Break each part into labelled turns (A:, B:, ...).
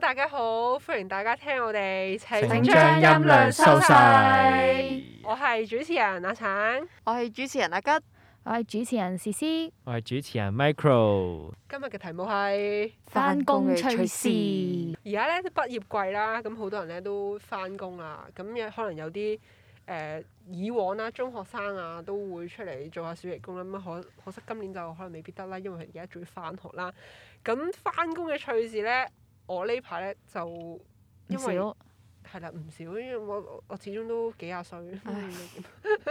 A: 大家好，歡迎大家聽我哋，請
B: 請
A: 將
B: 將音量收細。
A: 我係主持人阿橙，
C: 我係主持人阿吉，
D: 我係主持人思思，
B: 我係主持人 Micro，
A: 今日嘅題目係
D: 返工
C: 趣
D: 趣
C: 事
D: 事。
A: 而家咧都畢業季啦，咁好多人咧都翻工啦，咁有可能有啲誒、呃以往啦，中學生啊都會出嚟做下暑期工啦，咁可可惜今年就可能未必得啦，因為而家仲要翻學啦。咁翻工嘅趣事咧，我呢排咧就
D: 唔
A: 因為
D: 少，
A: 係啦唔少，因為我我我始終都幾廿歲。
C: 唉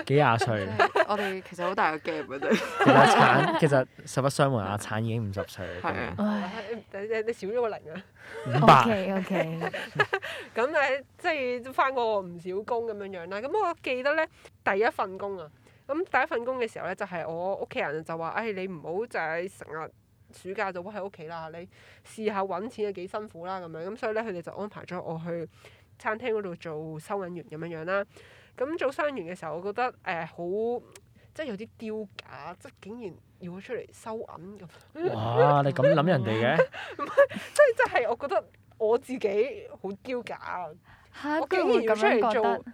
B: 幾廿
C: 即
B: 歲，
C: 係我哋其實好大個 gap 嘅
B: 其
C: 啊啫。
B: 實阿橙其實實不相瞞，阿橙已經五十歲啦，
C: 係啊
D: 唉
A: 唉你你你少咗個零啊！
B: 五百，
D: ，OK OK，
A: 咁誒，即係都翻過唔少工咁樣樣啦。咁我記得咧，第一份工啊，咁第一份工嘅時候咧，就係、我屋企人就話：，誒、你唔好就係成日暑假就屈喺屋企啦，你試下揾錢有幾辛苦啦咁樣。咁所以咧，佢哋就安排咗我去餐廳嗰度做收銀員咁樣樣啦。咁做收銀員嘅時候，我覺得誒、好，即係有啲丟架，即係竟然要我出嚟收銀咁。
B: 哇！你咁諗人哋嘅，
A: 即係即係，我覺得我自己好丟架啊！
D: 嚇
A: 我
D: 居
A: 竟然
D: 然會
A: 要
D: 咁
A: 出嚟
D: 樣覺
A: 做
D: 得。，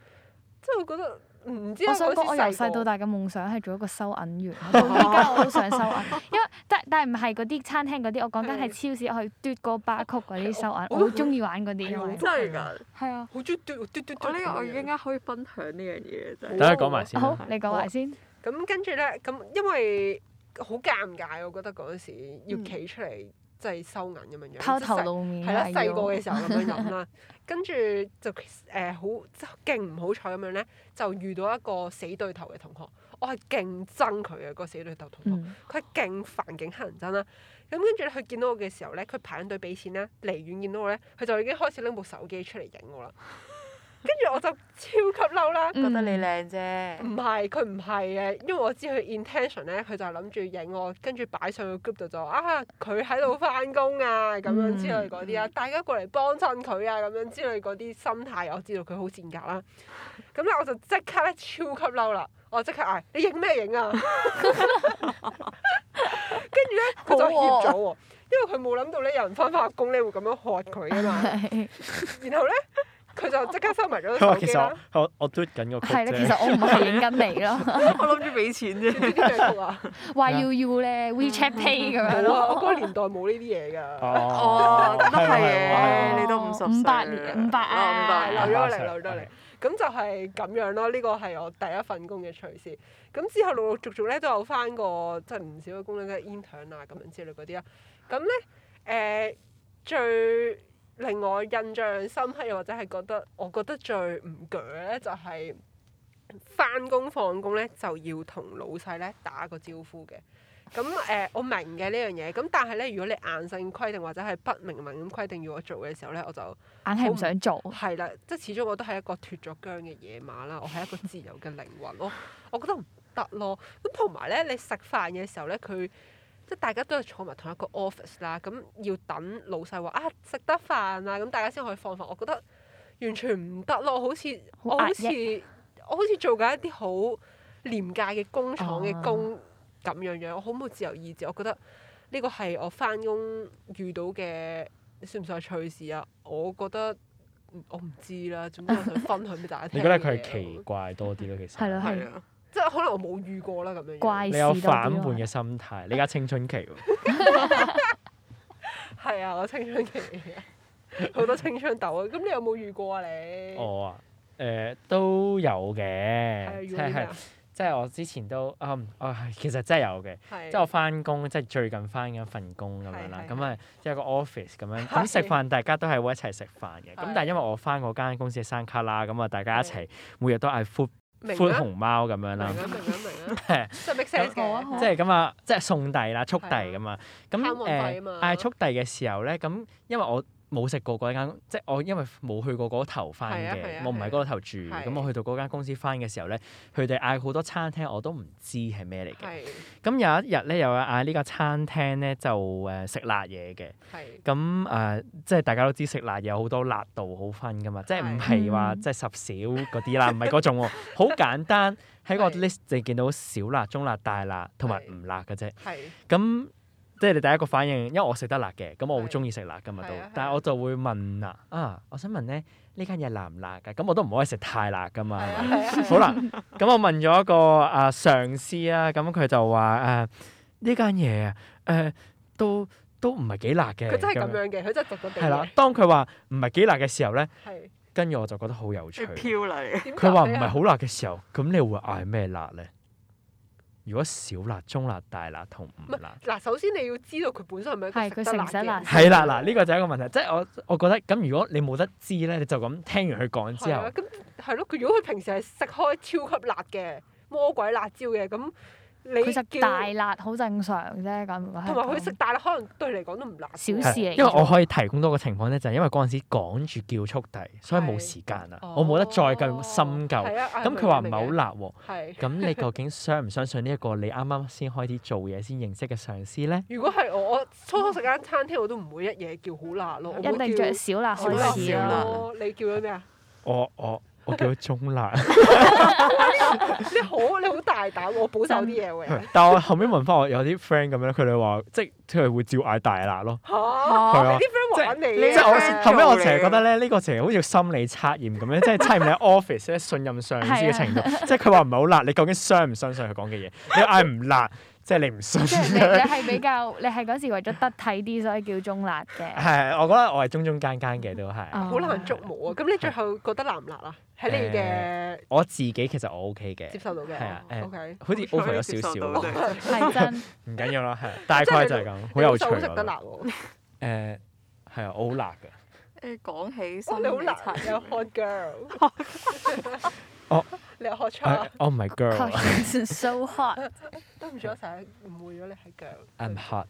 A: 即係我覺得唔知啊
D: 我想講，我由細到
A: 大，
D: 大嘅夢想係做一個收銀 員，到而家我都想收銀，因為但但唔係嗰啲餐廳嗰啲，我講緊係超市，我去嘟個巴曲嗰啲收銀，
A: 我
D: 我好中意玩嗰啲，因為
A: 真係㗎，
D: 係啊。
A: 好中意嘟嘟嘟嘟。
C: 我呢個我應該可以分享呢樣嘢真係。
B: 等佢講埋先啦
D: 好，你講埋先。
A: 咁跟住咧，咁因為好尷尬，我覺得嗰陣時要
C: 嗯
A: 企出嚟即係收銀咁樣樣，
D: 拋
A: 即係
D: 頭
A: 細
D: 露面
A: 係啦，
D: 係
A: 細
D: 要
A: 個嘅時候咁樣諗啦，跟住就誒、呃好即係勁唔好彩咁樣咧，就遇到一個死對頭嘅同學，我係勁憎佢嘅個死對頭同學。
D: 嗯
A: 佢係勁煩勁乞人憎啦。咁跟住咧，佢見到我嘅時候咧，佢排緊隊俾錢啦，離遠見到我咧，佢就已經開始拎部手機出嚟影我啦。跟住我就超級嬲啦！
D: 嗯
C: 覺得你靚啫。
A: 唔係，佢唔係嘅，因為我知佢 intention 咧，佢就諗住影我，跟住擺上個 group 度就話啊，佢喺度翻工啊，咁樣之類嗰啲
B: 嗯
A: 啊，大家過嚟幫襯佢啊，咁樣之類嗰啲心態，我知道佢好賤格啦。咁咧我就即刻咧超級嬲啦，我即刻嗌你影咩 影啊！跟住咧佢
B: 啊
A: 就怯咗喎，因為佢冇諗到咧有人翻返工咧會咁樣喝佢啊嘛。
D: 係
A: 然後咧佢就即刻收埋咗
B: 佢話
A: 手
B: 其
A: 機
B: 實
A: 啦
B: 我。我我嘟緊個曲
D: 係啦，其
B: 啫，
D: 實我唔係影緊你咯，
C: 我諗住俾錢
A: 你知唔知
C: 啫。
A: 呢句曲啊？
D: 話要要咧 WeChat Pay 咁樣
A: 冇啊！我
D: 咯。
A: 嗰個年代冇呢啲嘢㗎，
C: 哦，都
B: 係
C: 係
B: 喎係喎係啊
C: 嘅，
B: 喎
C: 你都五十歲。
D: 五百年五百
A: 係
D: 啊
C: 哦五百
A: 留
C: 年
A: 咗嚟，留咗嚟。咁就係咁樣咯，呢個係我第一份工嘅趣事。咁之後陸陸續續咧都有翻過即係唔少嘅工咧，即係 intern 啊咁樣之類嗰啲啦。咁咧誒最令我印象深刻，又或者係覺得我覺得最唔鋸咧，就係翻工放工咧就要同老細咧打個招呼嘅。咁誒、呃我明嘅呢樣嘢。咁但係咧，如果你硬性規定或者係不明文咁規定要我做嘅時候咧，我就〜
D: 硬係唔想做，
A: 係啦，即係始終我都係一個脱咗韁嘅野馬啦，我係一個自由嘅靈魂，我我覺得唔得咯。咁同埋咧，你食飯嘅時候咧，佢即係大家都係坐埋同一個 office 啦，咁要等老細話啊食得飯啊，咁大家先可以放飯。我覺得完全唔得咯，我好似我
D: 好
A: 好
D: 壓抑
A: 似我好似做緊一啲好廉價嘅工廠嘅
D: 哦
A: 工咁樣樣，我好冇自由意志。我覺得呢個係我翻工遇到嘅算唔算係趣事啊？我覺得嗯我唔知啦，總之我想分享俾大家聽。
B: 你覺得佢係奇？怪多啲咯？其實
D: 係咯係
C: 係啊，
A: 即係可能我冇遇過啦咁樣樣。
D: 怪
B: 你
D: 事
B: 有
D: 多
B: 反
D: 啲
B: 叛
D: 咯
B: 嘅心態，你而家青春期喎。
A: 係啊！我青 春期好多青春痘啊！咁你有冇遇過啊你？
B: 我啊，誒、都有
A: 係啊，
B: 嘅，
A: 遇
B: 即
A: 過啲咩
B: 係
A: 啊
B: 即係我之前都啊，嗯我係其實真係有嘅，
A: 係
B: 即係我翻工，即係最近翻緊份工咁樣啦
A: 係，係
B: 咁啊有個 office 咁
A: 係
B: 樣，咁食飯大家都係會一齊食飯嘅，咁
A: 係
B: 但係因為我翻嗰間公司係山卡啦，咁啊大家一
A: 係
B: 齊每日都嗌闊
A: 明
B: 闊
A: 啊
B: 熊貓咁樣
A: 明啊
B: 啦，
A: 明啊明啊，
B: 係
A: 即係 make sense
D: 好啊好
A: 嘅
D: 啊。
B: 即係咁啊，即係送遞啦、速
A: 係啊
B: 遞咁啊，咁
A: 貪運費啊
B: 誒
A: 嘛
B: 嗌速遞嘅時候咧，咁因為我。冇食過嗰間，即係我因為冇去過嗰頭翻
A: 係啊係
B: 嘅
A: 啊，
B: 我唔
A: 係啊
B: 係嗰頭住，
A: 係
B: 咁我去到嗰間公司翻嘅時候咧，佢哋嗌好多餐廳我都唔知係咩嚟嘅。
A: 係
B: 咁有一日咧，又有嗌呢個餐廳咧就誒食、辣嘢嘅。
A: 係
B: 咁誒、呃即係大家都知食辣有好多辣度好分噶嘛，即係唔係話
D: 嗯
B: 即係十小嗰啲啦，唔係嗰種 喎，好簡單喺個
A: 係
B: list 就見到小辣、中辣、大辣同埋唔辣嘅啫。
A: 係
B: 咁即係你第一個反應，因為我食得辣嘅，咁我好
A: 係
B: 中意食辣噶嘛都
A: 係啊係啊，
B: 但係我就會問啦，啊，我想問咧呢間嘢辣唔辣㗎？咁我都唔可以食太辣噶嘛。
A: 啊
B: 係咪 好啦，咁我問咗一個啊、上司啊，咁佢就話誒啊呢間嘢啊誒都都唔係幾辣嘅。
A: 佢真係咁。樣嘅，佢真係窒咗地
B: 係啦
A: 嘅，，
B: 當佢話唔係幾辣嘅時候咧，
A: 係
B: 跟住我就覺得好有趣
C: 你。飄啦你，
A: 點
B: 佢話
A: 答
B: 唔
A: 你
B: 係
A: 啊
B: 好辣嘅時候，咁你會嗌咩辣咧？如果小辣、中辣、大辣同唔
A: 唔係
B: 辣，
A: 嗱，首先你要知道佢本身係咪一個
D: 係
A: 食
D: 佢
A: 得
D: 食唔
A: 辣
D: 食
A: 嘅
D: 辣
A: 人
B: 係啦，嗱呢個就係一個問題，即係我我覺得咁，如果你冇得知咧，你就咁聽完佢講之
A: 係
B: 後
A: 啊，，咁係咯。佢如果佢平時係食開超級辣嘅魔鬼辣椒嘅，咁你
D: 佢食
A: 叫
D: 大辣好正常啫，咁如果係
A: 同埋佢食
D: 咁
A: 大辣，可能對你嚟講都唔辣嘅。
D: 小
B: 係
D: 事嚟嘅
B: 因為我可以提供多個情況咧，就係因為嗰陣時趕住叫速遞，所以冇時間啦，我冇得再咁深究。
A: 哦係啊啊
B: 咁佢話唔係好辣喎，
A: 係。
B: 咁你究竟相唔相信呢一個你啱啱先開始做嘢先認識嘅上司咧？
A: 如果係我，我初初食間餐廳我都唔會一嘢叫好辣咯，我
D: 嗯一
A: 會
D: 定
A: 叫
D: 着小辣
A: 小
D: 開始
A: 少
B: 小辣
D: 啦。
A: 咯。你叫咗咩啊？
B: 我我我叫佢中辣。
A: 你好，你好大膽，我保守啲嘢 喎。
B: 但我後尾問翻我有啲 friend 咁樣，佢哋話即係佢哋會照嗌大辣咯。
A: 嚇！
D: 哦
B: 係啊
A: 你啲 friend 玩你
C: 即
B: 即係我
A: 啊，
B: 後尾我成日覺得咧，呢個成日好似心理測驗咁樣，即係測驗你 office 咧信任上司嘅程度。即係佢話唔係好辣，你究竟相唔相信佢講嘅嘢？你嗌唔辣，即係你唔信。
D: 即係你你係比較，你係嗰時為咗得體啲，所以叫中辣嘅。
B: 係，我覺得我係中中間間嘅都係。
D: 啊
A: 好難捉摸啊！咁你最後覺得辣唔辣啊？喺你嘅
B: 我自己其實我 OK
A: 接
B: 嘅，
A: 受到嘅。
B: 係啊誒
A: o k
B: 好似 over 咗少啊
C: 好 啊
B: 少，
C: 彩
B: 唔
D: 係真，
C: 你接受到啫
B: 緊要啦，係大概就 係咁，好有趣。啊
A: 好
B: 我
A: 食
B: 覺
A: 得
B: 得
A: 辣喎！
B: 誒係啊，我好辣㗎。
C: 誒講起
A: 哇，
C: 心
A: 你好
C: 理
A: 辣
C: 測
A: 你係
C: 驗，
A: hot girl。
B: 我
A: 你係 hot
B: 誒
A: child。
B: 我唔係 Oh, girl 啊
D: so hot。
A: 對唔住，我成日誤會咗你係
B: ，I'm
A: girl。
B: hot。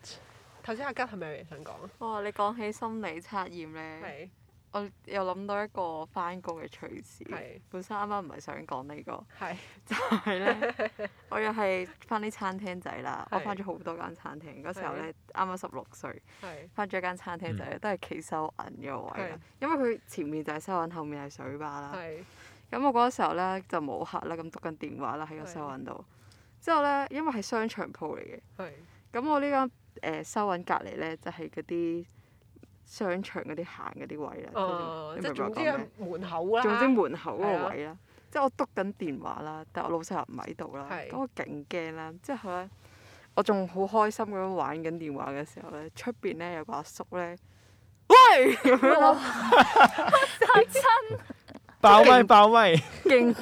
A: 頭先阿吉係咪有嘢想講？啊
C: 哇！你講起心理測驗咧，
A: 係
C: 我又諗到一個翻工嘅趣事。
A: 係
C: 本身啱啱唔係想講呢個，
A: 係
C: 就係 咧，我又係翻啲餐廳仔啦。我
A: 係
C: 翻咗好多間餐廳，嗰時候
A: 係
C: 咧啱啱十六歲，
A: 係
C: 翻咗一間餐廳仔咧，都係企收銀嘅位
A: 係
C: 啦。因為佢前面就係收銀，後面係水吧啦。
A: 係
C: 咁我嗰個時候咧就冇客啦，咁篤緊電話啦喺個收銀度。之後咧，因為係商場鋪嚟嘅，
A: 係
C: 咁我呢間誒、呃收銀隔離咧就係嗰啲商場嗰啲行嗰啲位啦。
A: 哦，
C: 你
A: 即
C: 明
A: 係
C: 唔
A: 總
C: 明我
A: 之
C: 講咩？
A: 係門口啦。
C: 總之門
A: 係
C: 口嗰個
A: 啊
C: 位啦，即係我篤緊電話啦，但係我老細又唔喺度啦，
A: 係
C: 咁我勁驚啦。之後咧，我仲好開心咁樣玩緊電話嘅時候咧，出邊咧有個阿叔咧， 喂咁樣
D: 哇
C: 啦，
B: 爆咪爆咪，
C: 勁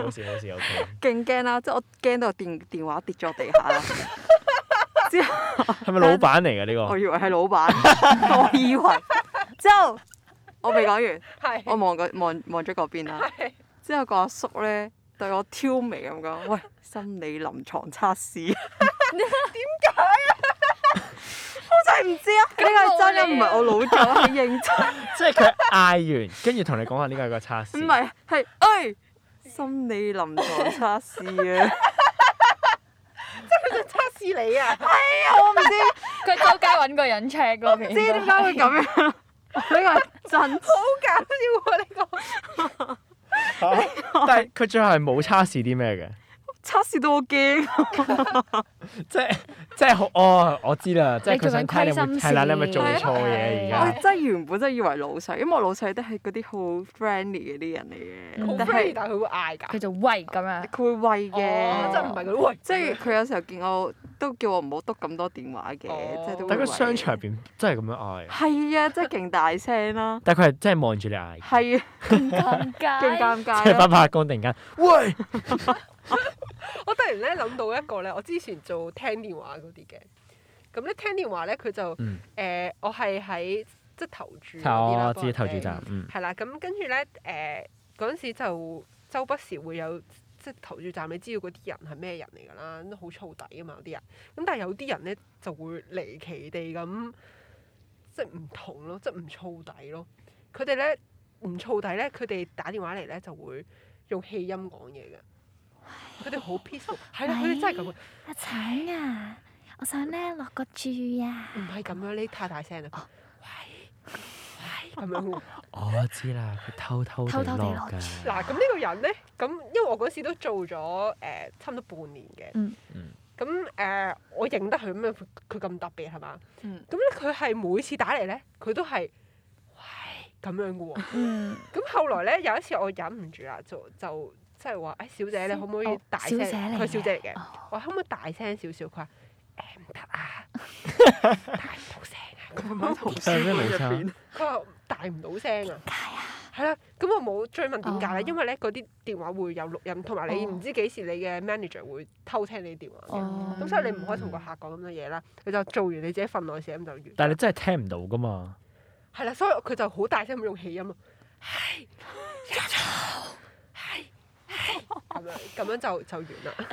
B: 好事好事 OK。
C: 勁驚啦！即係我驚到電電話跌咗地 下啦。之後
B: 係咪老闆嚟㗎呢個
C: 我？以為係老闆， 我以為之後我未講完，
A: 係
C: 我望個望望咗嗰邊啦。
A: 係
C: 之後個阿叔咧對我挑眉咁講：， 喂，心理臨床測試。點解啊？我真係唔知啊！呢個係真嘅，唔係我老咗，係認真。
B: 即係佢嗌完，跟住同你講下呢個係個測 試。
C: 唔係，係誒心理臨床測試啊！
A: 測試你啊！
C: 我唔 知
D: 佢周街揾個人 check 咯，
C: 唔知點解會咁樣。 呢個係真。
A: 好搞笑啊！呢個
B: 但係佢最後係冇測試啲咩嘅，
C: 測試到我驚，
B: 即係即係好哦，我知啦，即係
D: 你做
B: 佢想
D: 緊
B: 睇你
D: 虧
B: 會
D: 心事
B: 係啦，你係咪做錯嘢而
D: 係啊
C: 我
B: 家。
C: 真係原本真係以為老細，因為我老細都係嗰啲好 friendly 嗰啲人嚟
A: 嗯好
C: 嘅，但
A: friendly，
C: 係
A: 但係佢會嗌
D: 佢
A: 㗎。
D: 就喂咁樣。
C: 佢會喂
A: 哦，
C: 嘅。
A: 真係唔係佢喂，
C: 即係佢有時候見我都叫我唔好篤咁多電話嘅，
A: 哦
C: 即係都會
B: 但係佢
C: 喂
B: 商場入邊真係咁樣嗌，
C: 係啊，真係勁大聲啦，
B: 但係佢係真係望住你嗌，
C: 係啊，
D: 尷
C: 勁
D: 尬。
C: 尷
B: 即係
C: 尬啊
B: 翻
C: 啦。
B: 返工突然間，喂，
A: 我突然咧諗到一個咧，我之前做聽電話嗰啲嘅，咁咧聽電話咧佢就誒、
B: 嗯
A: 我係喺即係投注嗰啲啦
B: 我知投
A: 幫
B: 注
A: 人
B: 站，嗯
A: 哋，係啦，咁跟住咧誒嗰陣時就周不時會有即係投注站，你知道嗰啲人係咩人嚟㗎啦，都好燥底啊嘛有啲人，咁但係有啲人咧就會離奇地咁即係唔同咯，即係唔燥底咯，佢哋咧唔燥底咧，佢哋打電話嚟咧就會用氣音講嘢嘅。佢哋好 peaceful，係啦，佢哋真係咁嘅，
D: 阿橙啊，我想咧落個注啊。
A: 唔係咁樣，你太大聲啦，喂喂咁樣喎。
B: 我知啦，佢偷偷
D: 偷
B: 地
D: 偷地
B: 落啊
D: 落
B: 㗎。
A: 嗱，咁呢個人咧，咁因為我嗰時都做咗誒、呃差唔多半年嘅，
D: 嗯
B: 嗯
A: 咁誒、呃我認得佢咁樣，佢咁特別係嘛？
C: 嗯
A: 咁咧佢係每次打嚟咧，佢都係喂咁樣嘅喎。
D: 嗯，
A: 咁後來咧有一次我忍唔住啦，就就即係話誒小姐你可唔可以
D: 哦
A: 大聲？
D: 小姐嚟
A: 佢小姐嚟 嘅，
D: 哦
A: 我話可唔可以大聲少少？佢話誒唔得 啊，大唔到聲啊。
C: 佢咪喺圖書
B: 但係咩
C: 館
B: 冇
C: 入
B: 差
C: 邊，
A: 佢話大唔到聲啊。係啦，咁我冇追問點解
D: 哦
A: 咧，因為咧嗰啲電話會有錄音，同埋你
D: 哦
A: 唔知幾時你嘅 manager 會偷聽你電話嘅，
D: 哦，
A: 咁所以你唔可以同個客講咁多嘢啦。佢就做完你自己份內事咁就完。
B: 但係你真係聽唔到噶嘛？
A: 係啦，所以佢就好大聲咁用氣音咯，啊係，係，係，咁樣咁樣就就完啦。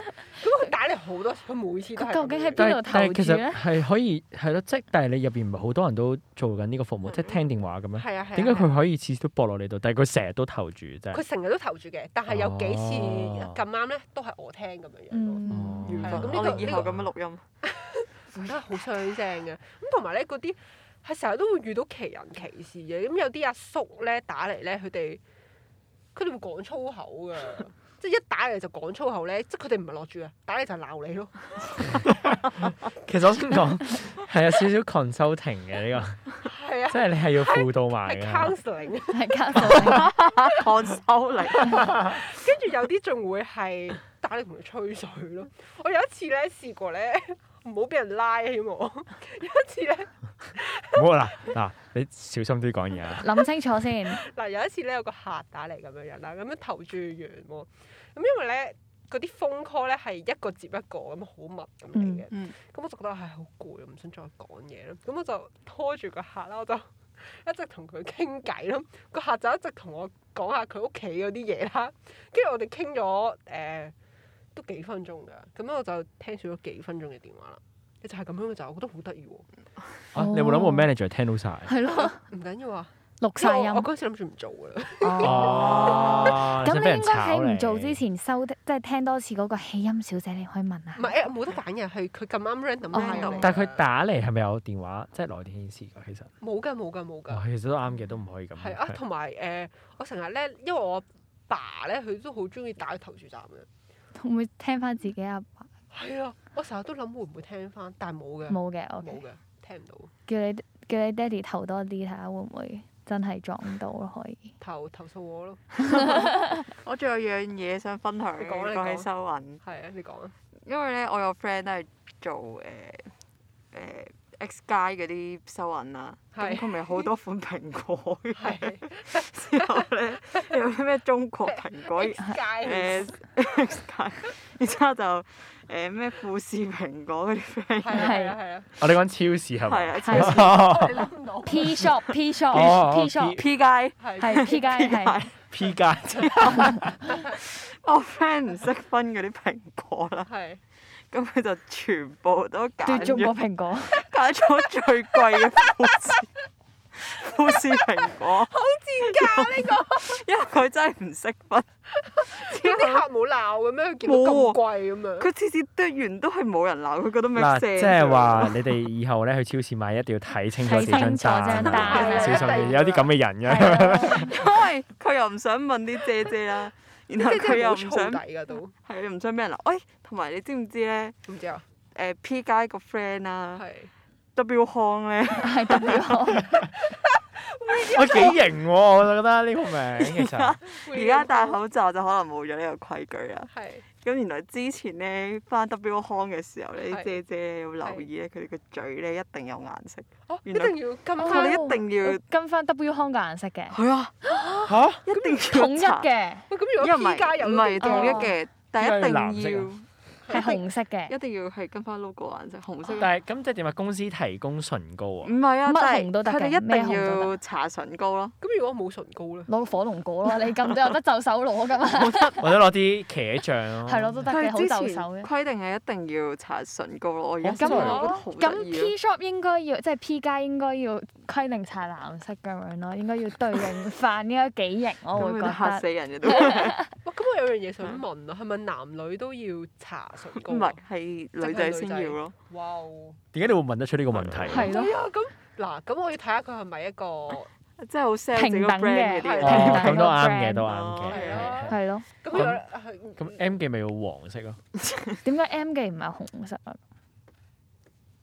A: 咁佢打你好多次，佢每次都係咁
D: 佢
A: 樣。
D: 究竟喺邊
B: 但
D: 度
B: 係但係
D: 投
B: 其
D: 注咧
B: 實係可以係咯，即係但係你入邊唔係好多人都做緊呢個服務，
A: 嗯
B: 即係聽電話咁咩？
A: 係啊係啊。
B: 點解
A: 係啊
B: 佢可以次次都播落你度？但係佢成日都投注真係。
A: 佢成日都投住嘅，但係有幾次
B: 哦
A: 咁啱咧，都係我聽咁樣樣咯。
D: 嗯，
B: 緣
A: 分
C: 咁
A: 咁呢
C: 我
A: 個
C: 哦哋以後咁樣錄音，
A: 唔得啊好傷聲嘅。咁同埋咧，嗰啲係成日都會遇到奇人奇事嘅。咁有啲阿叔咧打嚟咧，佢哋佢哋會講粗口㗎，即係一打嚟就講粗口咧，即係佢哋唔係落住啊，打嚟就鬧你咯。
B: 其實我想講係有少少 consulting 嘅呢
A: 係
B: 個，
A: 啊，
B: 即係你係要啊輔導埋
A: 係
B: 嘅。
A: counselling。
D: 係卡數，
C: 抗收嚟，
A: 跟住有啲仲會係打你同佢吹水咯。我有一次咧試過咧，唔好俾人拉啊希望。有一次咧，
B: 唔好啦，嗱，你小心啲講嘢啊！
D: 諗清楚先。
A: 嗱有一次咧有個客打嚟咁樣樣啦，咁樣投注完喎。咁因為咧嗰啲 phone call 咧係一個接一個咁好密咁嚟嘅。咁、
C: 嗯
A: 我就覺得係好攰，唔想再講嘢啦。咁我就拖住個客啦，我就一直同佢傾偈咯。個客就一直同我講下佢屋企嗰啲嘢啦。跟住我哋傾咗誒都幾分鐘㗎，咁我就聽少咗幾分鐘嘅電話啦。你就係咁樣嘅就，我覺得好得意喎，
B: 啊你有冇諗過
D: 哦
B: manager 聽到晒？
D: 係咯，
A: 唔緊要啊。
D: 錄
A: 因為
D: 晒音
A: 我我。嗰陣時諗住唔做㗎啦。
B: 哦，
D: 咁
B: 想俾
D: 你
B: 人
D: 應該
B: 炒
D: 喺
B: 你
D: 唔做之前收得，即係聽多次嗰個氣音小姐，你可以問下
A: 唔。係冇得揀嘅，係佢咁啱 random 拉入嚟㗎
B: 但係佢打嚟係咪有電話？即係來電顯示㗎，其實。
A: 冇㗎冇㗎冇
B: 哇
A: 㗎，
B: 其實都啱嘅，都唔可以咁。
A: 係啊，
B: 係
A: 同埋誒，我成日咧，因為我爸咧，佢都好中意打去投注站嘅。
D: 會唔會聽翻自己阿爸？
A: 係啊，我成日都諗會唔會聽翻，但係冇嘅，
D: 冇嘅，我
A: 冇嘅，聽唔到。
D: 叫你叫你爹哋投多啲，睇下會唔會真係撞到咯？可以。
A: 投投訴我咯，
C: 我仲有樣嘢想分享
A: 你
C: 嘅，
A: 講啦你
C: 講
A: 講
C: 起收銀。
A: 係啊，你講啊，
C: 因為咧，我有 friend 都係做誒誒、X 街嗰啲收銀啊，
A: 係
C: 咁佢咪好多款蘋果嘅，
A: 係
C: 之後咧 有啲咩中國蘋 果誒
A: 街
C: X 街，然之後就誒咩、富士蘋果嗰啲 friend，
A: 係啊係啊係啊，
B: 我哋講超市係
C: 係
B: 咪？
C: 啊超
D: 係
C: 市
A: 你諗唔到
D: P shop P
B: 哦
D: shop
B: 哦
D: P shop
C: P 街
A: 係
D: 係 P 街
C: P
D: 係
C: 街，
B: P 加
C: 我 friend 唔識分嗰啲蘋果啦，
A: 係
C: 咁佢就全部都
D: 對
C: 揀
D: 中
C: 咗
D: 國蘋果，
C: 揀咗最貴嘅富士富士蘋果。
A: 好啊賤㗎呢個。
C: 因為佢真係唔識分，
A: 咁啲客冇鬧嘅咩？佢見到
C: 冇
A: 咁
C: 喎
A: 貴咁樣，
C: 佢次次剁完都係冇人鬧，佢覺得咩
B: 嗱，
C: 聲？
B: 即 係話你哋以後咧去超市買一定要睇清楚
D: 睇
B: 自己張
D: 清楚張
B: 單，
A: 單
B: 小心
A: 係啊
B: 啲，有啲咁嘅人嘅。
D: 係啊
C: 因為佢又唔想問啲姐姐啦，然後
A: 即係
C: 佢又
A: 好
C: 唔想
A: 燥底㗎都，唔
C: 係唔想俾人鬧。哎，同埋你知唔知咧？
A: 知啊，
C: 誒、P 街個 friend 啦
A: 係。
C: ，W 康咧，
D: 係特別好。
B: 我幾型喎，我覺得呢個名其實
C: 而家戴口罩就可能冇咗呢個規矩啦。
A: 係
C: 咁原來之前咧翻 W 康嘅時候咧，
A: 係
C: 啲姐姐要留意咧，佢哋個嘴咧一定有顏色，
A: 哦，一
C: 原來
A: 定要金
C: 我
A: 卡
C: 哋一定要
D: 我跟翻 W 康嘅顏色嘅，
C: 係啊，
B: 吓，
C: 一定要
D: 統一
C: 搽
D: 嘅
A: 喂，咁如
C: 因
A: 果
C: 為唔
A: P 加
C: 係
A: 有
C: 唔
A: 嗰
C: 係
A: 啲
C: 統一
A: 哦
C: 嘅，但係一
B: 因為
C: 定
B: 藍
C: 要
B: 色啊
D: 係紅色嘅，
C: 一定要係跟翻 logo 顏色，紅色。
B: 但係咁即係點啊？公司提供唇膏啊
C: 唔？係啊，
D: 哦乜
C: 但係
D: 紅都得嘅
C: 佢哋一
D: 咩
C: 定
D: 紅都
C: 要搽唇膏咯。
A: 咁如果冇唇膏咧，
D: 攞個火龍果咯，你咁都有得就手攞噶嘛？
B: 或者攞啲茄醬咯。
D: 係咯，都得
C: 佢
D: 嘅，
C: 哋
D: 好
C: 之
D: 就
C: 前
D: 手嘅。
C: 規定係一定要搽唇膏咯。我而家
B: 哦
C: 先
B: 真
C: 覺
B: 係啊
C: 得好得
D: 咁
C: 意咯
D: P shop 應該要即係 P 街應該要規定搽藍色咁樣咯，應該要對應翻呢個幾型，我
C: 咁
D: 會
C: 咪
D: 覺
C: 都嚇
D: 得
C: 死人嘅 都。
A: 哇！咁我有樣嘢想問啊，係咪男女都要搽唇膏
C: 唔
A: 啊？
C: 係，係女仔先要咯。
A: 哇哦！
B: 點解你會問得出呢個問題？
D: 係咯
A: 係啊，咁嗱，咁我要睇下佢係咪一個
C: 即係好 sell 自己
D: 平
C: 個
D: 等嘅，
C: brand 嗰啲
A: 係
B: 哦
D: 平等
B: 咁都
D: 個
B: 啱嘅，
D: brand
B: 都啱嘅
C: 哦
B: 係。係係係。
D: 係啊咯。
A: 咁
B: 咁
A: 有啊係
B: 咁 M 記咪要黃色咯？
D: 點解 M 記唔係紅色啊？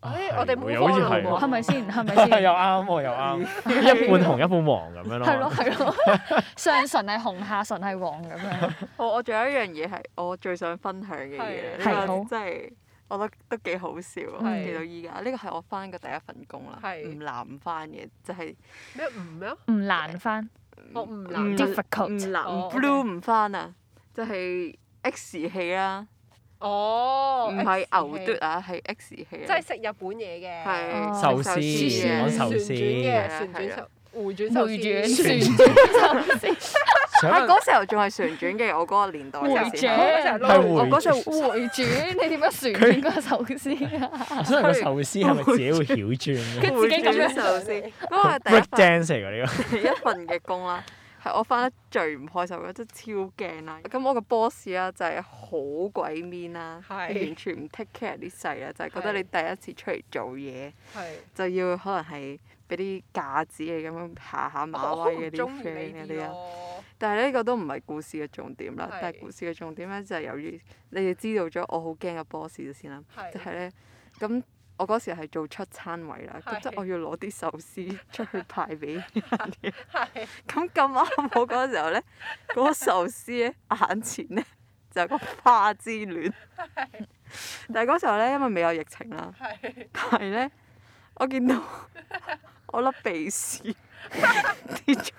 B: 啊
A: 哎
B: 係
A: 我哋
B: 喎
A: move
B: 又好似
A: on 啦
B: 係
A: 好冇
B: 喎
D: 係咪先？係咪
B: 又
C: 啊
B: 啱
D: 先？
B: 喎，又啱，一半紅一半黃咁樣咯。
D: 係咯係咯，上唇係紅，下唇係黃咁樣。
C: 我我仲有一樣嘢係我最想分享嘅嘢，
A: 係
D: 係
C: 呢
D: 好
C: 個真係我覺得都幾好笑啊！
D: 係
C: 記到依家，呢個係我翻嘅第一份工啦，
A: 係
C: 唔難翻嘅，就係
A: 咩唔咩啊？
D: 唔難翻
A: 我唔
C: 唔
A: 難
C: 難唔
D: difficult
C: 難
A: 哦
C: blue 唔翻啊，就係 X 氣啦，
A: 哦，
C: 唔係
A: X
C: 牛
A: 氣
C: 嘟啊，係 X 氣
A: 即
C: 啊
A: 係，啊食日本嘢嘅，
C: 係
B: 壽
D: 哦
B: 司，
C: 食
B: 講
C: 壽司啊
A: 旋轉
B: 壽司。
A: 嘅，
C: 係
A: 旋轉
C: 係啊
A: 壽回轉壽
D: 回
A: 司，
D: 轉
B: 旋
D: 旋
B: 轉
D: 轉 壽司，
B: 想
C: 係
B: 問
C: 嗰時候仲係旋轉嘅，我嗰個年代
D: 回
C: 嘅時候
D: 轉
A: 嗰陣
B: 係
C: 我
B: 回
C: 嗰時候
D: 回轉你點樣旋轉嗰個壽司 啊？
B: 我想問個壽司係咪自己會曉轉嘅
D: 佢自己咁樣
C: 壽司，嗰個係第一
B: ？Break
C: 份
B: dance 嚟㗎呢
C: 第一份嘅工啦，係我翻得最唔開心嘅，真係超驚啦！咁我個 boss 啦就係好鬼 mean 啦，
A: 係
C: 完全唔 take care 啲細啊啦，就係覺
A: 係
C: 得你第一次出嚟做嘢
A: 係
C: 就要可能係俾啲架子你咁樣下下馬威嗰
A: 哦我好唔
C: 啲
A: 中意
C: friend 嗰
A: 呢
C: 啲啊
A: 啲
C: 啦。
A: 咯，
C: 但係呢個都唔係故事嘅重點啦，
A: 係
C: 但係故事嘅重點咧就係由於你哋知道咗我好驚嘅 boss 先啦，
A: 係
C: 就係咧咁我嗰時係做出餐位啦，咁即係
A: 係
C: 我要攞啲壽司出去派俾 啊
A: 係
C: 咁咁啱我嗰時候咧，嗰、個壽司咧眼前咧就有個花之戀。但係嗰時候咧，因為未有疫情啦，
A: 係
C: 但係咧，我見 到我粒鼻屎跌咗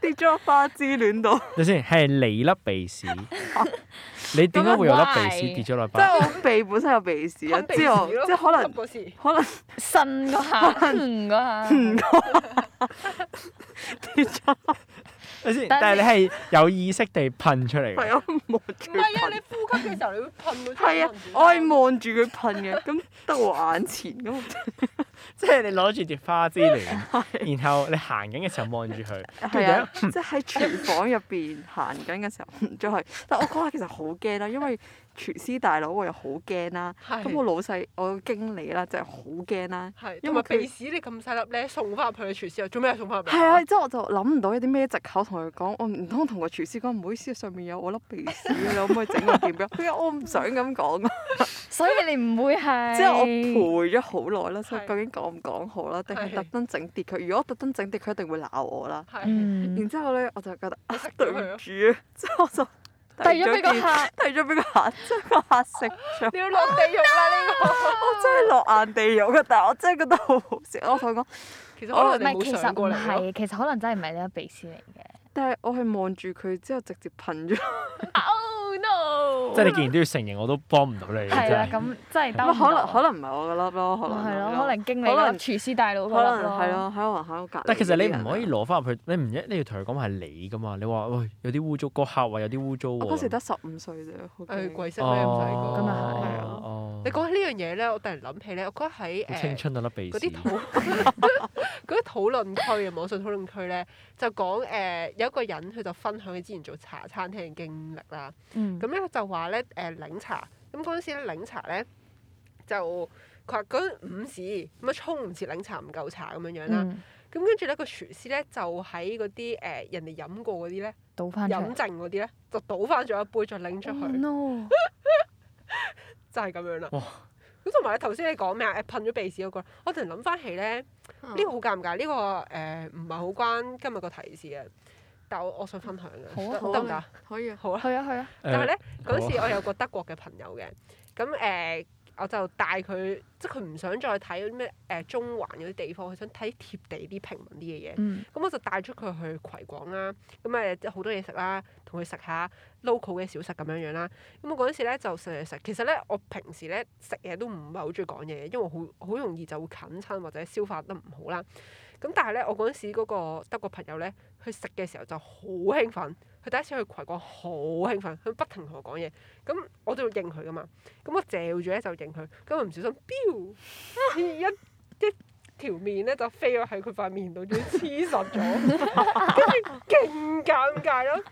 C: 跌咗落花之戀度，
B: 個？你先係你粒鼻屎，你點解會有粒鼻屎跌咗落
C: 即係
B: 巴？
C: 我鼻本身有鼻屎啊，
A: 吞鼻
C: 之後
A: 屎咯
C: 即係可能
A: 吸嗰時
C: 可能
D: 呻嗰 下，哼嗰下，
C: 跌咗落，
B: 你先，
D: 但係
B: 但係你係有意識地噴出嚟
C: 係啊
B: 㗎。
C: 我望住
A: 唔
C: 佢
A: 係啊！你
C: 噴。
A: 呼吸嘅時候你會噴嗰啲
C: 係啊，我係望住佢噴嘅，咁得我眼前咁，
B: 即係你攞住碟花之戀，然後你行緊嘅時候望住佢，
C: 係啊，即係喺廚房入邊行緊嘅時候唔再係，但我嗰下其實好驚啦，因為廚師大佬我又好驚啦，
A: 係
C: 咁我老細我個經理啦就係好驚啦，
A: 係，因
C: 因
A: 為
C: 為佢
A: 鼻屎你咁細粒咧，送翻入去你廚師又做咩送翻入嚟？
C: 係啊，，之後我就諗唔到有啲咩藉口同佢講，我唔通同個廚師講唔好意思，上面有我粒鼻屎，你可唔可以整個點樣？佢話我唔想咁講啊，
D: 所以你唔會係
C: 之後我陪咗好耐啦，所以
A: 係
C: 究竟講唔講好啦，定係
A: 係
C: 特登整跌佢？如果我特登整跌佢，一定會鬧我啦。
A: 係
D: 嗯
C: 然之後咧，我就覺得啊
A: 食咗
C: 對
A: 佢
C: 唔
A: 啊
C: 住啊， 之後我就
D: 遞咗俾個
C: 件
D: 客
C: 遞咗俾個客，將個客食咗。
A: 你要落地獄啦呢個！
C: 我真係落眼地獄啊！但係我真係覺得好好笑。我同佢講，
A: 其實可
C: 哦
D: 哦唔
A: 能你
D: 係，其
A: 冇
D: 實
A: 上過
D: 唔
A: 嚟咯
D: 係，其實可能真係唔係你粒鼻屎嚟嘅。
C: 但係我係望住佢之後直接噴咗。
D: Oh no！
B: 即係你既然都要承認，我都幫唔到你嘅。
D: 係啦，
B: 真係
D: 咁真係兜啊
C: 咁啊
D: 唔
C: 可能
D: 到
C: 可能唔係我嘅粒咯，可能
D: 係
C: 係
D: 咯，可能經理
C: 可
D: 嗰
C: 能
D: 粒廚師大佬
C: 可
D: 嗰粒
C: 能係咯，喺可能喺我隔離。
B: 但其實你唔
C: 啊
B: 可以。攞翻入去，你唔一你要同佢講係你㗎嘛？你話喂有啲污糟，個客話有啲污糟喎。
C: 我嗰時得十五歲啫，好
A: 誒
C: 驚
A: 鬼識咩咁細
B: 哦，
A: 個？
D: 咁啊係
A: 係啊！
B: 哦
A: 你講起呢樣嘢咧，我突然諗起咧，我覺得喺
B: 好青
A: 誒。
B: 春啊粒鼻
A: 嗰
B: 屎
A: 啲。討 嗰啲討論區啊，網上討論區咧就講誒、呃有一個人佢就分享佢之前做茶餐廳嘅經歷啦。
D: 嗯
A: 咁咧佢就話咧誒檸茶，咁嗰陣時咧檸茶咧就佢話嗰陣午市咁啊沖唔切檸茶唔夠茶咁樣樣啦。
D: 嗯
A: 咁跟住咧個廚師咧就喺嗰啲誒人哋飲過嗰啲咧
D: 倒翻出
A: 飲
D: 嚟。
A: 剩嗰啲咧就倒翻咗一杯再拎出去
D: Oh no！
A: 就係咁樣啦。
B: 哇
A: 咁同埋你頭先你講咩啊？誒噴咗鼻屎嗰、個，我突然諗翻起咧。
D: 嗯
A: 呢個好尷尬，呢、個誒唔係好關今日個提示嘅，但我我想分享嘅，
D: 好啊
A: 得
D: 好啊
A: 得唔得？
C: 可以啊。
A: 好啊！
D: 去啊去 啊！
A: 但係咧
B: 好啊
A: 嗰時我有個德國嘅朋友嘅，咁誒、我就帶佢，即係佢唔想再睇咩誒中環嗰啲地方，佢想睇貼地啲平民啲嘅嘢。
D: 嗯
A: 咁我就帶咗佢去葵廣啦，咁誒即係好多嘢食啦，同佢食下 local 嘅小食咁樣樣啦。咁我嗰陣時咧就成日食，其實咧我平時咧食嘢都唔係好中意講嘢嘅，因為我好好容易就會啃親或者消化得唔好啦。咁但係咧，我嗰陣時嗰個德國朋友咧，佢食嘅時候就好興奮，佢第一次去葵廣好興奮，佢不停同我講嘢，咁我都要應佢噶嘛。咁我嚼住咧就應佢，咁我唔小心飆一一條面咧就飛咗喺佢塊面度，仲要黐實咗，跟住勁尷尬咯。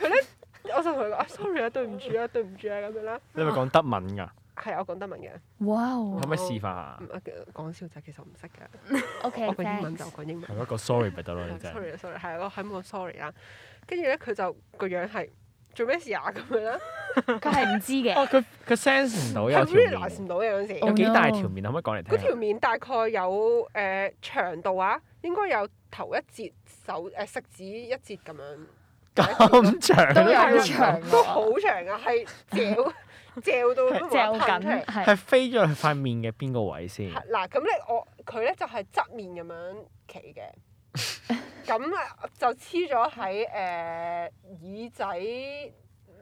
A: 佢咧我就同佢講啊，sorry 啊，對唔住啊，對唔住啊咁樣啦。
B: 你咪講德文㗎，
A: 係我講德文嘅，
D: 哇
B: 可
D: 哦
B: 唔可以示範下
A: 唔？講笑咋，其實我唔識㗎。
D: ！OK，
A: 我講英文就
D: thanks
A: 講英文。
B: 係一個 sorry 咪得咯，你真係。
A: 啊 sorry 啊 sorry，係啊我係咁講 sorry 啦。跟住咧，佢就個樣係做咩事啊咁樣啦，
D: 佢係唔知 嘅，
B: 哦，佢佢 sense 唔到有
A: 係
B: 條
A: realize
B: 面，
A: 唔到嘅嗰陣時。
B: 有幾
D: Oh no
B: 大條面可唔可以講
A: 嗰
B: 嚟聽
A: 條
B: 下？
A: 面大概有誒、呃、長度啊，應該有頭一節手誒、呃食指一節咁樣，
B: 咁長
D: 都
A: 係
D: 有
A: 啊
B: 睇唔
D: 長喎
A: 都好長啊，係 嚼嚼到都冇
D: 嚼
A: 得吞出
D: 緊
A: 嚟。
B: 係
D: 係
B: 飛咗去塊面嘅邊個位先？
A: 係嗱，咁咧我佢咧就係側面咁樣企嘅， 咁啊就黐咗喺誒耳仔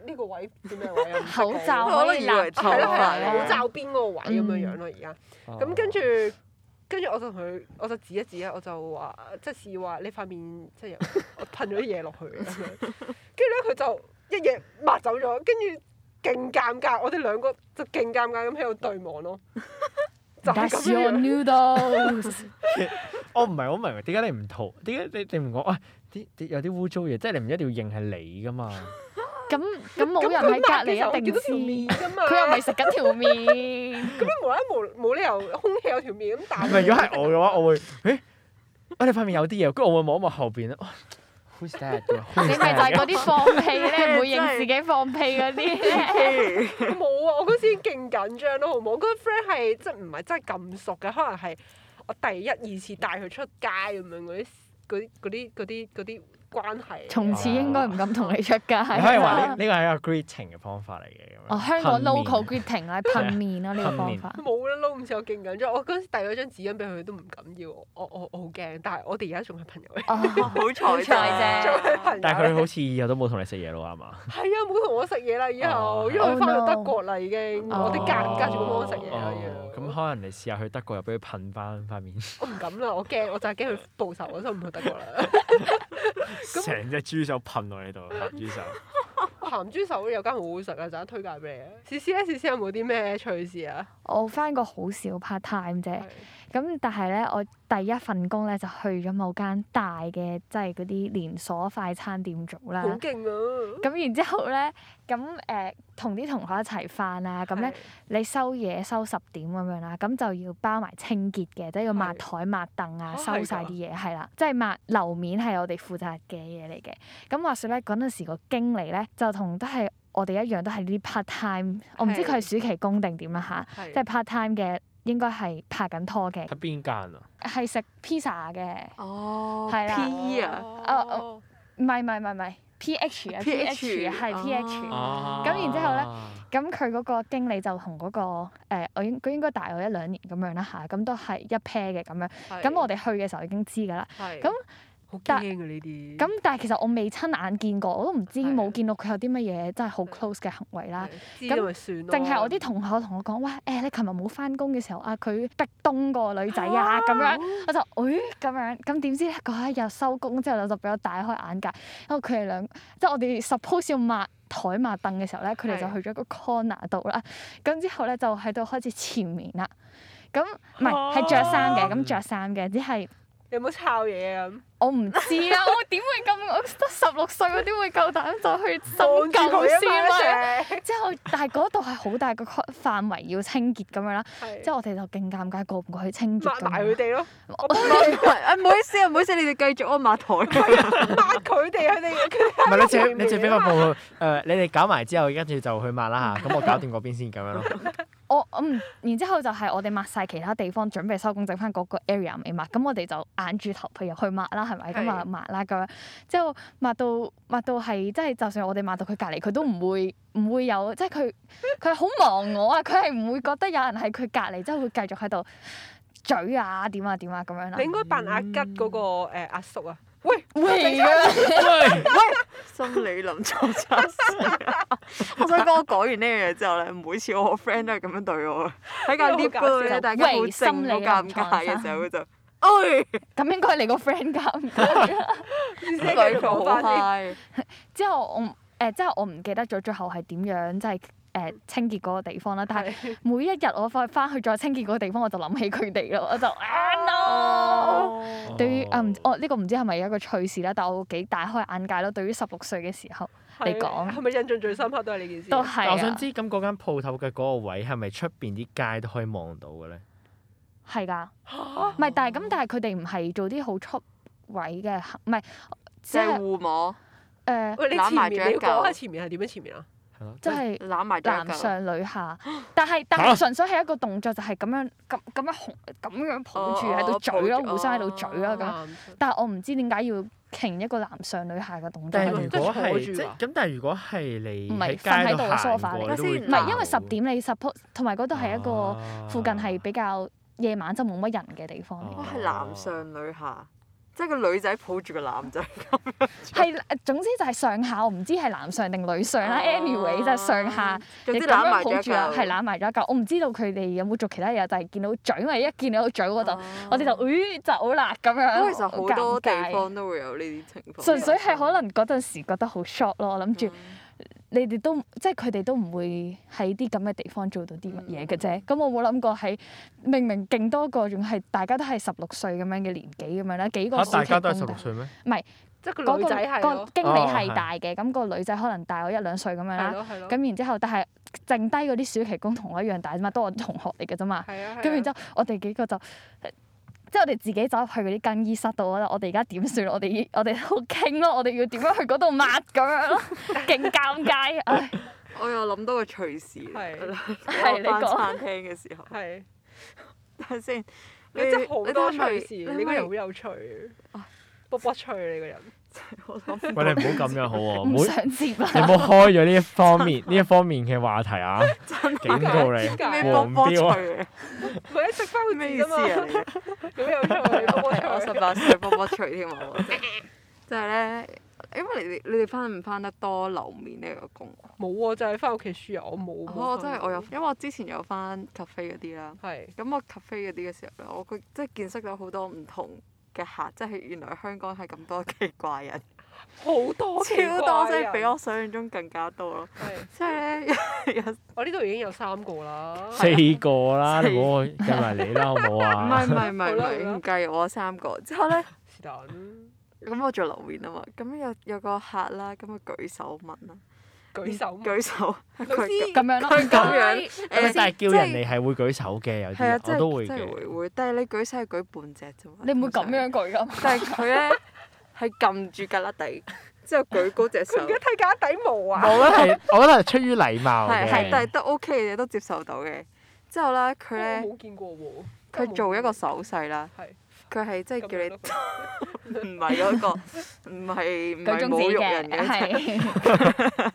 A: 呢個位叫咩位啊？ 唔識
D: 口
A: 講
D: 罩
C: 我都
D: 可以
C: 以
D: 立
C: 為
D: 住
A: 係咯係
D: 啊
A: 啦口罩邊嗰個位咁樣樣咯，而家。咁跟住
B: 哦，
A: 跟住我就同佢，我就指一指啊，我就話即係試話你塊面即係有 我噴咗啲嘢落去咁樣，跟住咧佢就一嘢抹走咗，跟住勁尷尬，我哋兩個就勁尷尬咁喺度對望 咯，就係咁
D: That's your
A: 樣。
D: noodles。
B: 我哦唔係好明，點解你唔逃？點解你你唔講？喂，啲啲有啲污糟嘢，即係你唔一定要認係你噶嘛？
D: 咁咁冇人喺隔離一定知，佢
A: 㗎嘛，
D: 又唔係食緊條面。
A: 咁樣無啦啦無冇理由空氣有條面咁
B: 唔
A: 彈。
B: 係，如果係我嘅話，我會誒，啊你塊面有啲嘢，跟住我會望一望後邊咧。哇 Who's that？Who's
D: 你咪就係
B: that？
D: 嗰啲放屁咧，唔會
C: 真係
D: 認自己放屁嗰啲咧。
A: 我冇啊！我嗰時已經勁緊張咯，好冇？嗰個 friend 係即係唔係真係咁熟嘅，可能係我第一二次帶佢出街咁樣嗰啲嗰啲嗰啲嗰啲嗰啲關係。啊
D: 從此應該唔敢同你出街。
B: 啊你可以話呢呢個係一個 greeting 嘅方法嚟嘅咁樣。
D: 啊哦，香港
B: 噴面啊
D: local greeting 啦，噴面啊啦呢個方法。
A: 冇啦，撈唔切我勁緊張。我嗰時遞咗張紙巾俾佢都唔緊要，我我我好驚。但係我哋而家仲係朋友嚟，
D: 哦，
C: 好
D: 彩
C: 彩
A: 仲係朋
C: 啫。
A: 友。
B: 但係佢好似以後都冇同你食嘢咯，係嘛？
A: 係啊，冇同我食嘢啦，以後
B: 哦
A: 因為佢翻
D: Oh
A: 到
D: no
A: 德國啦，已經我哋
D: 哦
A: 隔隔住咁幫我食嘢啦，
B: 哦
A: 要
B: 咁可能你試下去德國又俾佢噴翻塊面，
A: 我唔敢啦，我驚，我就係驚佢報仇，我所以唔去德國啦。
B: 成隻豬手噴落你度，鹹豬手。
A: 鹹豬手有間好好食啊，陣間推介俾你啊！試試咧，試試有冇啲咩趣事啊？
D: 我翻過好少 part time 啫。咁但係咧，我第一份工咧就去咗某間大嘅，即係嗰啲連鎖快餐店做啦
A: 好。勁 啊！
D: 咁然之後咧，咁誒同啲同學一齊翻啦，咁咧你收嘢收十點咁樣啦，咁就要包埋清潔嘅，即係要抹
A: 係
D: 台抹凳啊，
A: 哦
D: 收
A: 係
D: 晒
A: 㗎
D: 啲嘢係啦，即係抹樓面係我哋負責嘅嘢嚟嘅。咁話說咧，嗰陣時個經理咧就同都係我哋一樣，都係呢啲 part time，我唔知佢係
A: 係
D: 暑期工定點啦啊吓，
A: 係哦
D: 即係 part time 嘅。應該係拍緊拖嘅，
B: 喺邊間啊？
D: 係食 pizza 嘅，
C: 哦
D: 係啦
C: ，P 啊，
A: 哦
D: 唔係唔係唔係唔係 PH 啊係
C: PH
D: 啊 PH。
B: 哦
D: 咁然之後
B: 啊
D: 咧咁佢嗰個經理就同嗰、個誒、我應佢應該大我一兩年咁樣啦吓，咁都係一 pair 嘅咁樣。咁我
A: 哋
D: 哋去嘅時候已經知㗎啦。咁
A: 咁好驚
D: 但
A: 啊呢啲
D: 咁但係其實我未親眼見過，我都唔知
A: 係啊
D: 冇見到佢有啲乜嘢真係好 close 嘅行為啦。
A: 係知啊咁咪算咯。
D: 啊淨係我啲同學同我講，喂，誒、你琴日冇翻工嘅時候啊，佢逼東個女仔啊咁樣，我就誒咁樣，咁點知咧嗰一日收工之後就俾我大開眼界，因為佢哋兩即係我哋 suppose 要抹台抹凳嘅時候咧，佢哋就
A: 係
D: 去咗個 corner 度啦，咁之後咧就喺度開始纏綿啦。咁唔係係着衫嘅，咁着衫嘅，只係
A: 有冇抄嘢啊？
D: 我唔知啦，我點會咁？我得十六歲，我點會夠膽就去深
A: 望住
D: 究
A: 佢啊
D: 先啦？
A: 啊嘛成
D: 之後，但係嗰度係好大個範圍要清潔咁樣啦。
A: 係
D: 之後我哋就勁尷尬，過唔過去清潔
A: 抹
D: 咁
A: 埋
D: 樣
A: 佢哋咯，
C: 唔係啊，唔好意思啊，唔好意思，你哋繼續啊，抹台。
A: 抹佢哋，佢哋佢
B: 唔係你自己你自己俾塊布佢誒，你哋搞埋之後，跟住就去抹啦嚇。咁我搞掂嗰邊先咁樣咯。
D: 我嗯，然之後就係我哋抹晒其他地方，準備收工，整翻嗰個 area 未抹。咁我哋就硬住頭皮入去抹啦，係咪？咁
A: 係
D: 啊抹啦咁樣，之後抹到抹到係即係，就算我哋抹到佢隔離，佢都唔會唔會有，即係佢佢好忘我啊！佢係唔會覺得有人喺佢隔離，之後會繼續喺度嘴啊點啊點啊咁樣啦
A: 你。應該扮阿吉嗰個誒阿叔啊！喂，
D: 會啊！
C: 心理臨床測試。我想講，我講完呢樣嘢之後咧，每次我個 friend 都係咁樣對我，喺架 lift 嗰度咧，大家好
D: 喂
C: 靜、
D: 心理
C: 好尷
D: 臨床
C: 尬嘅時候，佢就，哎，
D: 咁應該係你個 friend 㗎。
A: 你先
C: 女
A: 繼
C: 好
A: 續翻
D: 啊
A: 先。
C: high，
D: 之後我唔誒、之後我唔記得咗最後係點樣，即係誒清潔嗰個地方啦。但係
A: 係
D: 每一日我翻翻去再清潔嗰個地方，我就諗起佢哋咯，我就啊 no！
C: 哦
D: 對於啊唔，我呢個唔知係咪一個趣事啦，但我幾大開眼界咯。對於十六歲嘅時候，你講
A: 係咪印象最深刻都係呢件事？
D: 都係
B: 但我想
D: 啊
B: 知，咁嗰間鋪頭嘅嗰個位係咪出邊啲街都可以望到嘅咧？
D: 係㗎，
A: 嚇
D: 唔係但係咁，但係佢哋唔係做啲好出位嘅行，唔係
C: 即
D: 即
C: 係
D: 係
C: 互摸，
D: 誒，
A: 喂，你
C: 攬埋
A: 前面你要
C: 咗一嚿
A: 講下前面係點樣前面啊？
B: 係咯
D: 即係
C: 攬埋咗一
D: 男
C: 嚿。
D: 上女下，但係但
B: 嚇
D: 係純粹係一個動作，就係咁樣咁咁樣紅咁樣抱住喺
C: 哦
D: 度
C: 哦
D: 嘴
C: 抱
D: 咯，
C: 住
D: 互相喺度嘴咯咁。
C: 啊
A: 男
D: 但係我唔知點解要傾一個男上女下嘅動作
B: 但係
D: 喺度
B: 如
A: 都
B: 果
A: 坐
B: 係
A: 住
B: 即
A: 啊
B: 咁，但係如果係你
D: 唔係
B: 喺
D: 瞓
B: 街
D: 喺
B: 度
D: 度嘅
B: 行啊
D: sofa
B: 過，
D: 嚟
B: 你都會
C: 唔
D: 唔係因為
B: 鬧
D: 十點你 suppose 同埋嗰度係一個附近係比較夜晚就冇乜人嘅地方嚟，
C: 哇，係男上女下，即係個女仔抱住個男仔。
D: 係總之就係上下，我唔知係男上定女上啦。anyway 就係上下，
C: 總
D: 你
C: 之
D: 咁
C: 攬
D: 樣
C: 埋咗
D: 抱
C: 一
D: 住啊，
C: 嚿。
D: 係攬埋咗一嚿。我唔知道佢哋有冇做其他嘢，但係見到嘴，因為一見到嘴嗰度，
C: 哦
D: 我哋就
B: 嗯
D: 咦走啦咁樣。
C: 咁其實好多地
D: 尷尬。
C: 方都會有呢啲情況。
D: 純粹係可能嗰陣時覺得好 shock 咯，我諗住
C: 嗯
D: 你哋都即係佢哋都唔會喺啲咁嘅地方做到啲乜嘢嘅
C: 嗯
D: 啫。咁我冇諗過係明明勁多個，仲係大家都係十六歲咁樣嘅年紀咁樣啦，幾個
B: 嚇
D: 暑
B: 大
D: 期
B: 家都係
D: 工
B: 十六
D: 大
B: 歲咩？
A: 即係個
D: 嗰個
A: 女仔係
D: 個
A: 咯，
D: 經理係
B: 哦
D: 大嘅，咁個女仔可能大我一兩歲咁樣
A: 係
C: 哦
D: 啦。
A: 咯係咯，
D: 啊咁然之後，但係剩低嗰啲暑期工同我一樣大啫嘛，都係我啲同學嚟嘅啫嘛。
A: 係啊，
D: 咁然之
A: 後
D: 後，我哋幾個就呃即係我哋自己走入去嗰啲更衣室度啦。我哋而家點算？我哋 我哋喺度傾咯，我哋要點樣去嗰度抹咁樣 咯，勁尷尬。唉，
C: 我又諗到個趣事啦，
A: 係
D: 係
C: 我
D: 你
C: 翻
D: 講
C: 餐廳嘅時候，
A: 係，
C: 睇下先。
A: 你真係好多
C: 你係
A: 趣
C: 咪
A: 事，
C: 係咪
A: 你個人好有趣
C: 唉，
A: 卜卜脆你個人。
C: 我諗
B: 喂，你唔好咁樣好喎，唔
D: 唔
B: 好
D: 想接啦。
B: 你冇開咗呢一方面 呢一方面嘅話題 啊，警告你
A: 點解啊
C: 咩波波
B: 黃標啊！
C: 脆
A: 唔係一食翻
C: 啊？
A: 會
C: 咩
A: 知
C: 意
A: 㗎
C: 思啊
A: 嘛，
C: 你？
A: 好有趣你卜卜
C: 我十
A: 脆。
C: 八歲卜卜脆添啊！我真係就係咧，因為你哋你哋翻唔翻得多樓面呢個工？
A: 冇喎，就係翻屋企輸啊！我冇。
C: 哦我
A: 冇
C: 真係
A: 返
C: 我有，因為我之前有翻 cafe 嗰啲啦。
A: 係
C: 咁我 cafe 嗰啲嘅時候咧，我佢即係見識到好多唔同嘅客，即係原來香港係咁多奇怪人，
A: 好多
C: 超
A: 奇怪啊
C: 多，即係
A: 人
C: 比我想象中更加多咯。
A: 係
C: 即係 咧，有有
A: 我呢度已經有三個啦。
B: 四個啦，
C: 四
B: 你唔好計埋你啦，好唔好
C: 唔 係
B: 啊
C: 唔？係唔係唔
A: 好啦好啦
C: 係，唔計我三個。之後咧，
A: 是但。
C: 咁我做樓面啊嘛，咁有有個客啦，咁佢舉手問啦，
A: 舉手。
C: 舉手，
A: 老師
C: 佢
D: 咁樣咯，
C: 佢咁
D: 係
C: 樣
B: 咁
C: 誒
B: 但係
C: 即
B: 叫人哋係會舉手嘅，有啲
C: 係啊，
B: 人
C: 即
B: 我都
C: 係
B: 會
C: 即係
B: 嘅。
C: 會會，但係你舉手係舉半隻啫嘛。
D: 你唔會咁
C: 通常
D: 樣，舉噶嘛？
C: 但係佢咧係撳住格拉底，之後舉高隻
A: 佢
C: 手
A: 而家。睇假底毛啊！
B: 我覺得係， 我覺得係出於禮貌
C: 係係，但
B: 嘅
C: 係。都 OK 嘅，都接受到嘅。之後咧，佢咧
A: 我哦冇見過喎。
C: 佢做一個手勢啦，
A: 係。
C: 佢係即係叫
A: 咁樣咯
C: 你唔係嗰個，唔係唔
D: 舉
C: 係
D: 中指
C: 侮辱
D: 嘅
C: 人嘅。
D: 係。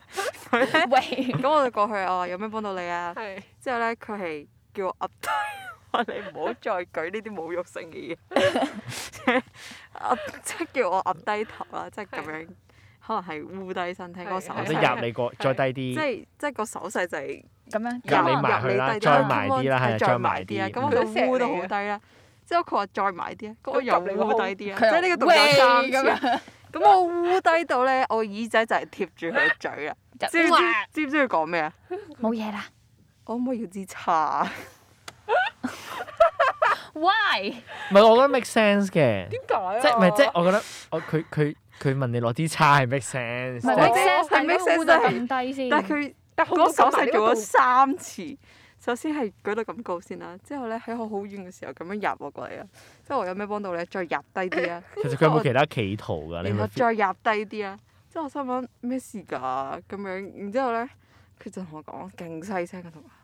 C: 佢 咧
D: 喂，
C: 咁我就過去我話有咩幫到你啊？
A: 係。
C: 之後咧佢係叫我 up 低，話你唔好再舉呢啲侮辱性 嘅嘢。up 即係叫我 up 低頭啦，即係咁樣，可能係烏低身體嗰個手
B: 或
A: 係
B: 者
A: 係
C: 勢，
B: 入你個再低
C: 即
B: 啲，
C: 係即係個手勢就係。
D: 咁啊樣
B: 夾你
D: 搞
B: 埋去啦
C: 入你低啲
B: 再埋啲啦
C: 咁我
B: 係
C: 就
B: 再埋啲
C: 啊咁我就烏到好低啦。之後佢話再埋啲啊，咁我又烏低啲啊，即
D: 佢又
C: 係呢個動作三
D: 喂咁
C: 次
D: 樣
C: 啊。咁我烏低到咧，我耳仔就係貼住佢 嘴啦。
D: 就
C: 知唔知
D: 哇
C: 知唔知佢講咩啊？
D: 冇嘢啦。
C: 我可唔可以要支叉啊？
D: Why？
B: 唔係我覺得 make sense 嘅，
A: 點解啊？
B: 即係唔係即係我覺得我佢佢佢問你攞啲叉係 make sense，
D: 唔
B: 即
D: 係
A: 係
D: make
B: 係
D: sense，但係點
C: make
D: 解
C: sense
D: 污得
C: 都係
D: 咁低先？
C: 但係佢
A: 但
C: 嗰個手
A: 勢
C: 勢做咗三次，首先係舉到咁高先啦，之後咧喺我好遠嘅時候咁樣入我過嚟啦，啊之後我有咩幫到咧？再入低啲啊！
B: 其實佢有冇其他企圖㗎？你
C: 然後
B: 咪
C: 再入低啲啦。之後我心諗咩事㗎咁樣，然之後咧，佢就同我講勁細聲，佢同我話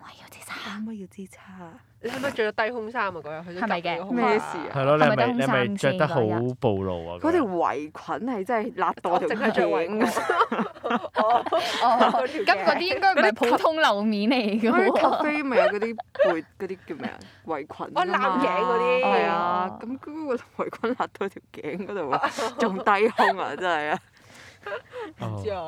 D: 可唔可以有啲
C: 可唔可以要支叉啊？
A: 你係咪着咗低胸衫啊？嗰日去咗
D: 係咪嘅
A: 夾你個胸
C: 咩
A: 啊
C: 事啊
B: 係咯，你係
D: 係咪
B: 咪
D: 得
B: 你係咪着
D: 空衫
B: 得
D: 先
B: 好
D: 嗰日
B: 暴露啊？
C: 嗰條圍裙係真係勒到
A: 我
C: 條
A: 淨係着圍
C: 頸啊！
A: 哦，
D: 哦，
A: 嗰條頸
D: 咁嗰啲應該唔係普通樓面嚟嘅
C: 嗰
B: 啊
C: 啲
D: 喎。
C: 咖啡咪有嗰啲背嗰啲叫咩啊？圍裙
A: 我
C: 啊
A: 攬
C: 嘛
A: 頸嗰啲
C: 係啊，咁嗰個圍裙勒到條頸嗰度 啊，仲低胸啊，真係啊！
A: 唔
B: 哦
A: 知啊。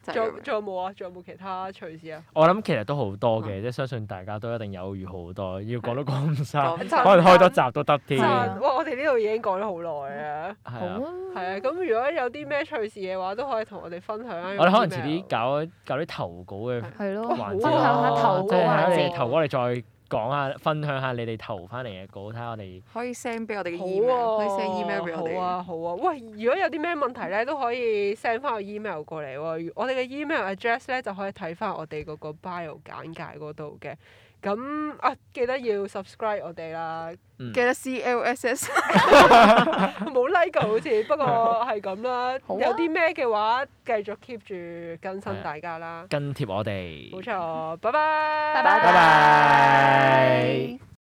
C: 就係
A: 仲
C: 咁
A: 有
C: 樣
A: 仲有冇啊？仲有冇其他趣事啊？
B: 我諗其實都好多嘅，即係相信大家都一定有遇好多，要講都講唔晒，
C: 講
B: 可能開多集都得添。
A: 真
D: 係
B: 係
D: 啊
A: 哇！我哋呢度已經講咗好耐啊。
D: 好
B: 啊，
A: 係啊，
D: 啊，
A: 咁如果有啲咩趣事嘅話，都可以同我哋分享啊。
B: 我哋可能遲
A: 遲
B: 啲搞搞啲投稿嘅
D: 係咯，
A: 哇
B: 環
D: 分
B: 節
D: 享下
B: 咯，
D: 投
B: 即
D: 稿
B: 係
D: 環
B: 喺你
D: 節
B: 哋。投稿，我哋再講下分享下你哋投翻嚟嘅稿，睇下我哋
C: 可以 send 俾我哋嘅
A: 好
C: email，可
A: 喎
C: 以 send email 俾我
A: 好
C: 哋。
A: 啊，好啊。喂，如果有啲咩問題咧，都可以 send 翻個 email 過嚟喎。我哋嘅 email address 咧就可以睇翻我哋嗰個 bio 簡介嗰度嘅。咁啊，記得要 subscribe 我哋啦，
B: 嗯
C: 記得 CLSS
A: 冇 like 㗎好 似，不過係咁啦。
D: 好啊
A: 有啲咩嘅話，繼續 keep 住更
B: 係
A: 新
B: 啊
A: 大家啦。
C: 嗯
B: 跟貼我哋。
A: 冇錯，拜拜，
D: 拜拜
B: 拜拜。